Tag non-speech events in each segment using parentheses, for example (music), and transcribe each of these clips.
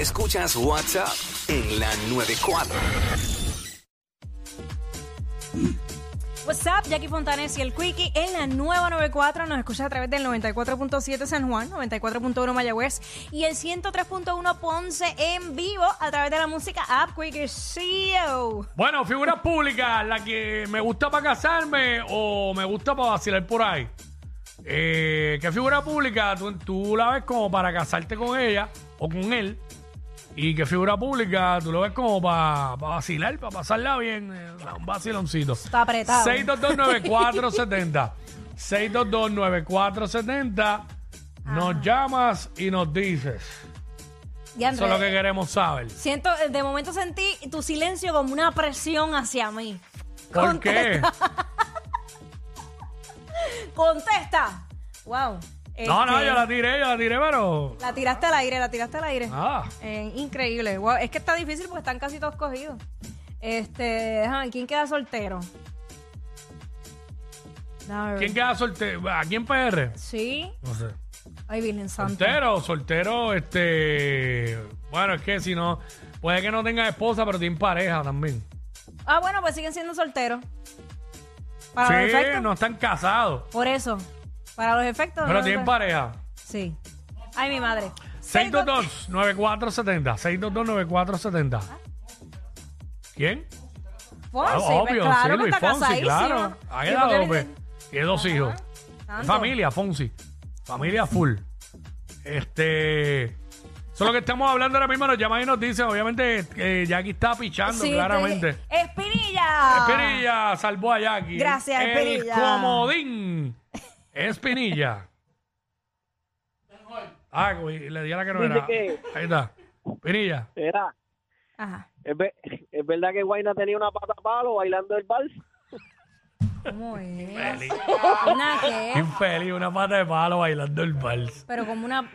Escuchas WhatsApp en la 94. What's up, Jackie Fontanes y el Quickie en la nueva 94. Nos escucha a través del 94.7 San Juan, 94.1 Mayagüez y el 103.1 Ponce en vivo a través de la música App Quickie CEO. Bueno, figuras públicas, la que me gusta para casarme o me gusta para vacilar por ahí. Eh, ¿Qué figura pública tú, tú la ves como para casarte con ella o con él? ¿Y qué figura pública tú lo ves como para vacilar, para pasarla bien? eh, un vaciloncito. Está apretado. (laughs) 6229470. 6229470. Nos llamas y nos dices. Y Eso es lo que queremos saber. siento, eh, de momento sentí tu silencio como una presión hacia mí. ¿Por qué? (laughs) Contesta. Wow. No, no, Este, yo la tiré, yo la tiré, pero. la tiraste al aire, la tiraste al aire. Ah. Eh, increíble. Wow, es que está difícil porque están casi todos cogidos. Este, ajá, ¿quién queda soltero? Déjame ver. ¿Quién queda soltero? ¿Aquí en PR? Sí. No sé. Ay, Virgen Santa. Soltero, soltero, este. Bueno, es que si no. Puede que no tenga esposa, pero tiene pareja también. Ah, bueno, pues siguen siendo solteros. Para Sí, los efectos. no están casados, Por eso. Para los efectos. pero no, tienen no. pareja. Sí. Ay, mi madre. 622-9470. Ah. 622-9470. ¿Quién? Fonsi, Ah, pues obvio, claro sí, que Luis está Fonsi, casadísimo. claro. Ha ¿Y quedado, por qué pues. le- Tiene dos hijos. tanto? Familia, Fonsi. Familia full. Este. Eso es lo que estamos hablando ahora mismo. Nos llaman y nos dicen. Obviamente, eh, Jackie está pichando Sí, te- claramente. Espinilla. Espinilla salvó a Jackie. Gracias, El Espinilla. comodín. Espinilla. ah, güey, le di a la que no Dice era. que- Ahí está. Espinilla. Era, Ajá. ¿es, ve- es verdad que Guayna tenía una pata palo bailando el vals? ¿Cómo es? Una que. Infeliz, una pata de palo bailando el vals. Pero como una.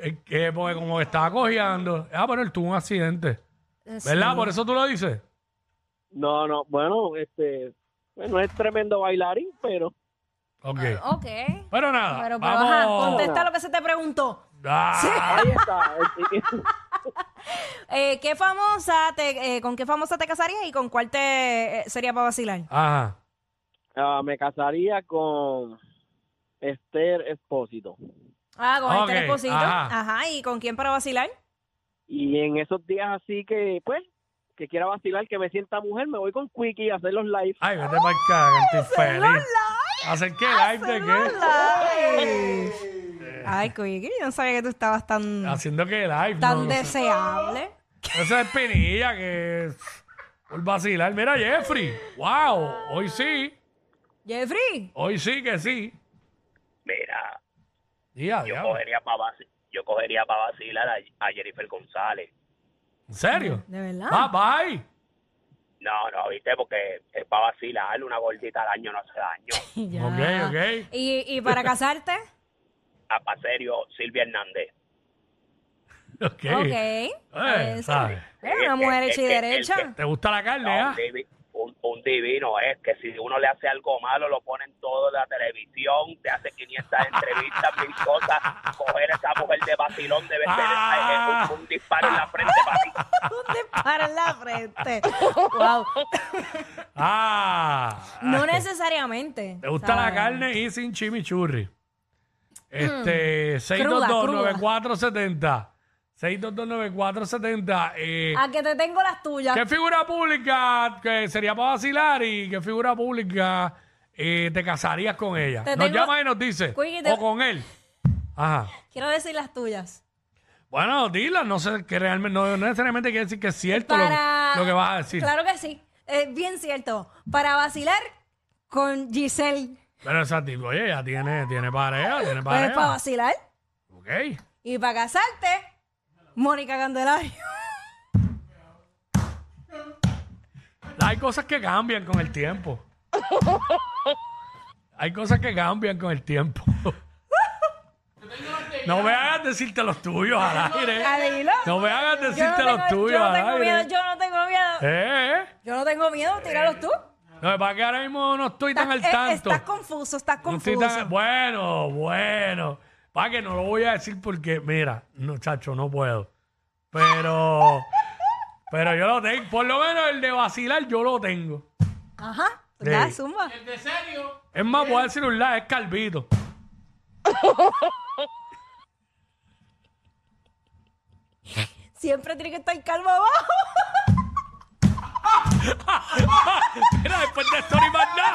Es que porque como estaba cojeando. Ah, bueno, él tuvo un accidente. Eh, ¿Verdad? Por eso tú lo dices. No, no, bueno, este, bueno, es tremendo bailarín, pero Ok. Ok. Pero nada. Pero, pero ajá, vamos. contesta lo que se te preguntó. Ah, ahí está. este, Eh, ¿Qué famosa te, eh, ¿Con qué famosa te casarías y con cuál te eh, sería para vacilar? Ajá. Ah, me casaría con Esther Espósito. Ah, con Ok, este esposito. ajá. Ajá. ¿Y con quién para vacilar? Y en esos días así que, pues, que quiera vacilar, que me sienta mujer, me voy con Quickie a hacer los lives. Ay, vete para acá, que estoy feliz. ¿Hacer qué? ¿Live de qué? Ay, Ay, Quickie, yo no sabía que tú estabas tan, Haciendo que live. tan no, no sé. deseable. Esa es Pinilla que es por vacilar. Mira, Jeffrey. Wow. Hoy sí. Jeffrey. Hoy sí que sí. Mira, Día, yo día. cogería para yo cogería para vacilar a, a Jennifer González. ¿En serio? De verdad. Ah, bye. No, no, viste, porque es para vacilar, una gordita al año no hace daño. Ya. Ok, ok. ¿Y, y para casarte? A Ah, pa' serio, Silvia Hernández. Ok. Ok. Eh, Eso. sabes. Eh, una mujer Es hecha que- y es que- derecha. ¿Te gusta la No, carne, ah? un, divi- un- un divino es que si uno le hace algo malo, lo ponen todo en la televisión, te hace 500 entrevistas, mil (laughs) cosas. Coger a esa mujer de vacilón debe ser Ah. eh, un, un disparo en la frente para ti. ¿Dónde para en la frente? wow. Ah. No necesariamente. ¿Te gusta la ¿sabes? carne y sin Mm. chimichurri? Este, 622-9470. 6229470. Eh, A que te tengo las tuyas. ¿Qué figura pública que sería para vacilar y qué figura pública eh, te casarías con ella? Te nos tengo- llama y nos dice. Quickie, te- O con él. Ajá. Quiero decir las tuyas. Bueno, dila, no sé que realmente, no, no necesariamente quiere decir que es cierto lo- Para... lo, que vas a decir. Claro que sí. Es bien cierto. Para vacilar con Giselle. Pero esa tipo, oye, ya tiene, tiene pareja, tiene Pues pareja. para vacilar. ok. Y para casarte, Mónica (laughs) Candelario. Hay cosas que cambian con el tiempo. Hay cosas que cambian con el (laughs) tiempo. No me hagas decirte los tuyos al aire. Adilo. No me hagas Yo no decirte tengo, los tuyos yo no al tengo aire. miedo, yo no tengo miedo. ¿Eh? Yo no tengo miedo, tíralos tú. No, es para que ahora mismo no estoy tan al Estás- eh, tanto. Estás confuso, estás No estoy confuso. tan- bueno, bueno. Para que no lo voy a decir porque, mira, no, chacho, no puedo. Pero, pero yo lo tengo. Por lo menos el de vacilar yo lo tengo. Ajá. Sí. Ya, zumba. Es más, voy a decir un la, es Calvito. Siempre tiene que estar calmo abajo. Mira, después de esto ni más nada.